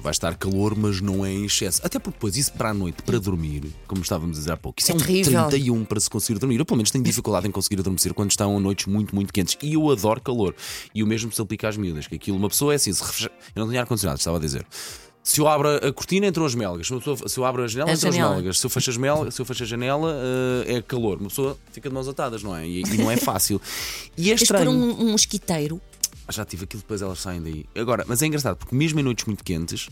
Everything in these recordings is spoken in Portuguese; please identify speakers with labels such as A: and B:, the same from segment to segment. A: vai estar calor, mas não é em excesso. Até porque depois, isso para a noite, para dormir, como estávamos a dizer há pouco, isso
B: É
A: é, um
B: terrível.
A: 31 para se conseguir dormir. Eu, pelo menos, tenho dificuldade em conseguir adormecer quando estão a noites muito, muito quentes. E eu adoro calor. E o mesmo se aplica às miúdas, que aquilo, uma pessoa é assim, se refresca... Eu não tenho ar-condicionado, estava a dizer. Se eu abro a cortina, entram as melgas. Uma pessoa- se eu abro a janela,
B: A
A: entram as
B: janela.
A: melgas. Se eu fecho a janela, se eu fecho a janela eh, é calor. Uma pessoa fica de mãos atadas, não é? E, e não é fácil. E é
B: Tens de pôr
A: estranho.
B: um, um mosquiteiro.
A: Já tive aquilo, depois elas saem daí. Agora, mas é engraçado, porque mesmo em noites muito quentes,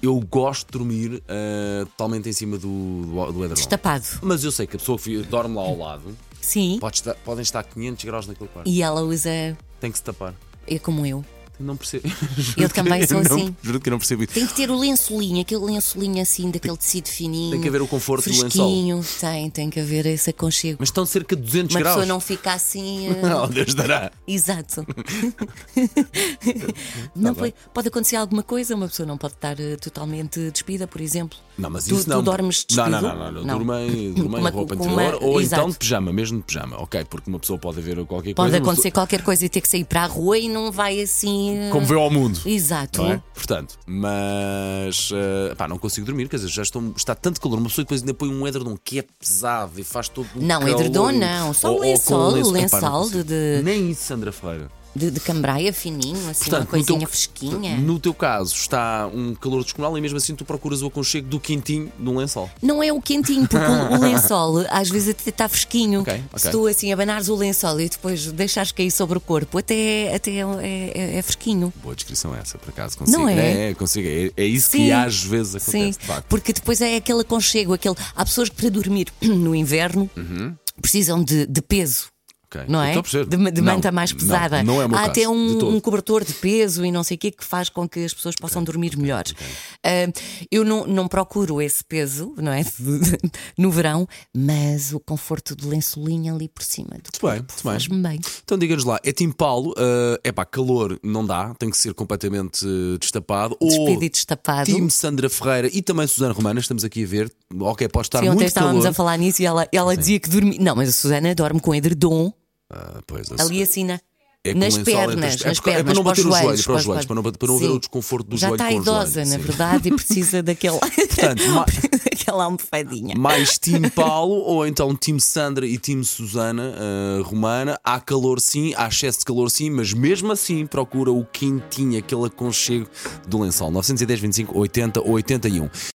A: eu gosto de dormir ah, totalmente em cima do, do, do edredom.
B: Destapado.
A: Mas eu sei que a pessoa que fi- dorme lá ao lado
B: Sim.
A: pode estar- podem estar 500 graus naquele quarto.
B: E ela usa.
A: Tem que se tapar.
B: É como eu.
A: Não percebo.
B: Eu também sou
A: Não-
B: assim.
A: Juro que não percebo isso.
B: Tem que ter o lençolinho, aquele lençolinho assim, daquele tecido fininho.
A: Tem que haver o conforto do lençol.
B: fresquinho. Tem, tem que haver esse aconchego.
A: Mas estão cerca de 200
B: Uma
A: graus.
B: pessoa não fica assim. eh,
A: não, Deus dará.
B: Exato.
A: Tá
B: não
A: bem.
B: foi- pode acontecer alguma coisa, uma pessoa não pode estar eh, totalmente despida, por exemplo.
A: Não, mas
B: tu,
A: isso não.
B: Tu dormes
A: não,
B: despido?
A: não, não, não, não. Durmo em, durmo em
B: Uma-
A: roupa
B: com
A: interior
B: uma-
A: ou
B: exato.
A: então de pijama, mesmo de pijama. Ok, porque uma pessoa pode haver qualquer coisa.
B: Pode
A: uma pessoa-
B: acontecer qualquer coisa e ter que sair para a rua e não vai assim. eh,
A: Como veio ao mundo.
B: Exato.
A: Não é? Portanto, mas eh, pá, não consigo dormir, quer dizer, já estou, está tanto calor. Uma pessoa depois ainda põe um edredom que é pesado e faz todo um
B: Não,
A: calor.
B: edredom não, só um
A: Ou- ou com
B: lençol,
A: Epá, não
B: lençol
A: consigo.
B: de- de-
A: Nem isso, Sandra Feira.
B: De, de cambraia fininho, assim, uma
A: no
B: coisinha
A: teu-
B: fresquinha.
A: No teu caso, está um calor descomunal e mesmo assim tu procuras o aconchego do quentinho num lençol.
B: Não é o quentinho, porque o o lençol às vezes até está fresquinho.
A: Ok, ok.
B: Se tu assim abanares o lençol e depois deixares cair sobre o corpo, até, até é, é- é fresquinho.
A: Boa descrição essa, por acaso. Consigo.
B: Não é?
A: É, consigo. É, é isso
B: Sim.
A: que às vezes acontece, de facto.
B: porque depois é aquele aconchego, aquele. Há pessoas que para dormir no inverno
A: Uhum.
B: precisam de, de peso.
A: Ok,
B: Não
A: eu
B: é?
A: estou a perceber.
B: De, de
A: Não,
B: manta mais
A: não,
B: pesada.
A: Não, é o meu
B: Há
A: caso,
B: até
A: de
B: um,
A: todo.
B: um cobertor de peso e não sei o quê que faz com que as pessoas possam dormir melhor. Ah, eu não, não procuro esse peso, não é? no verão, mas o conforto do lençolinho ali por cima. do
A: Muito bem,
B: corpo
A: muito bem.
B: Faz-me bem.
A: Então diga-nos lá, é Tim Paulo, é pá, calor não dá, tem que ser completamente eh, destapado.
B: Despido e
A: ou
B: destapado.
A: Tim Sandra Ferreira e também Susana Romana, estamos aqui a ver. Ok, pode estar
B: Sim, ontem
A: muito
B: estávamos
A: calor.
B: a falar nisso e ela, ela dizia que dormia. Não, mas a Susana dorme com edredom
A: Ah, pois, a
B: ali assim na-
A: é com
B: nas
A: lençol entre
B: pernas.
A: as- é
B: nas
A: porque- é
B: pernas
A: para não bater
B: os
A: o joelho,
B: joelhos,
A: para os
B: os
A: joelhos, para não, para não
B: Sim.
A: ver o desconforto do
B: Já
A: joelho
B: está
A: com o joelho,
B: idosa, na
A: sim.
B: verdade, e precisa daquela,
A: Portanto, ma-
B: daquela almofadinha.
A: mais Tim Paulo ou então Tim Sandra e Tim Susana eh, Romana. Há calor sim, há excesso de calor sim, mas mesmo assim um procura o quentinho, aquele aconchego do lençol. 910, 25, 80, 81.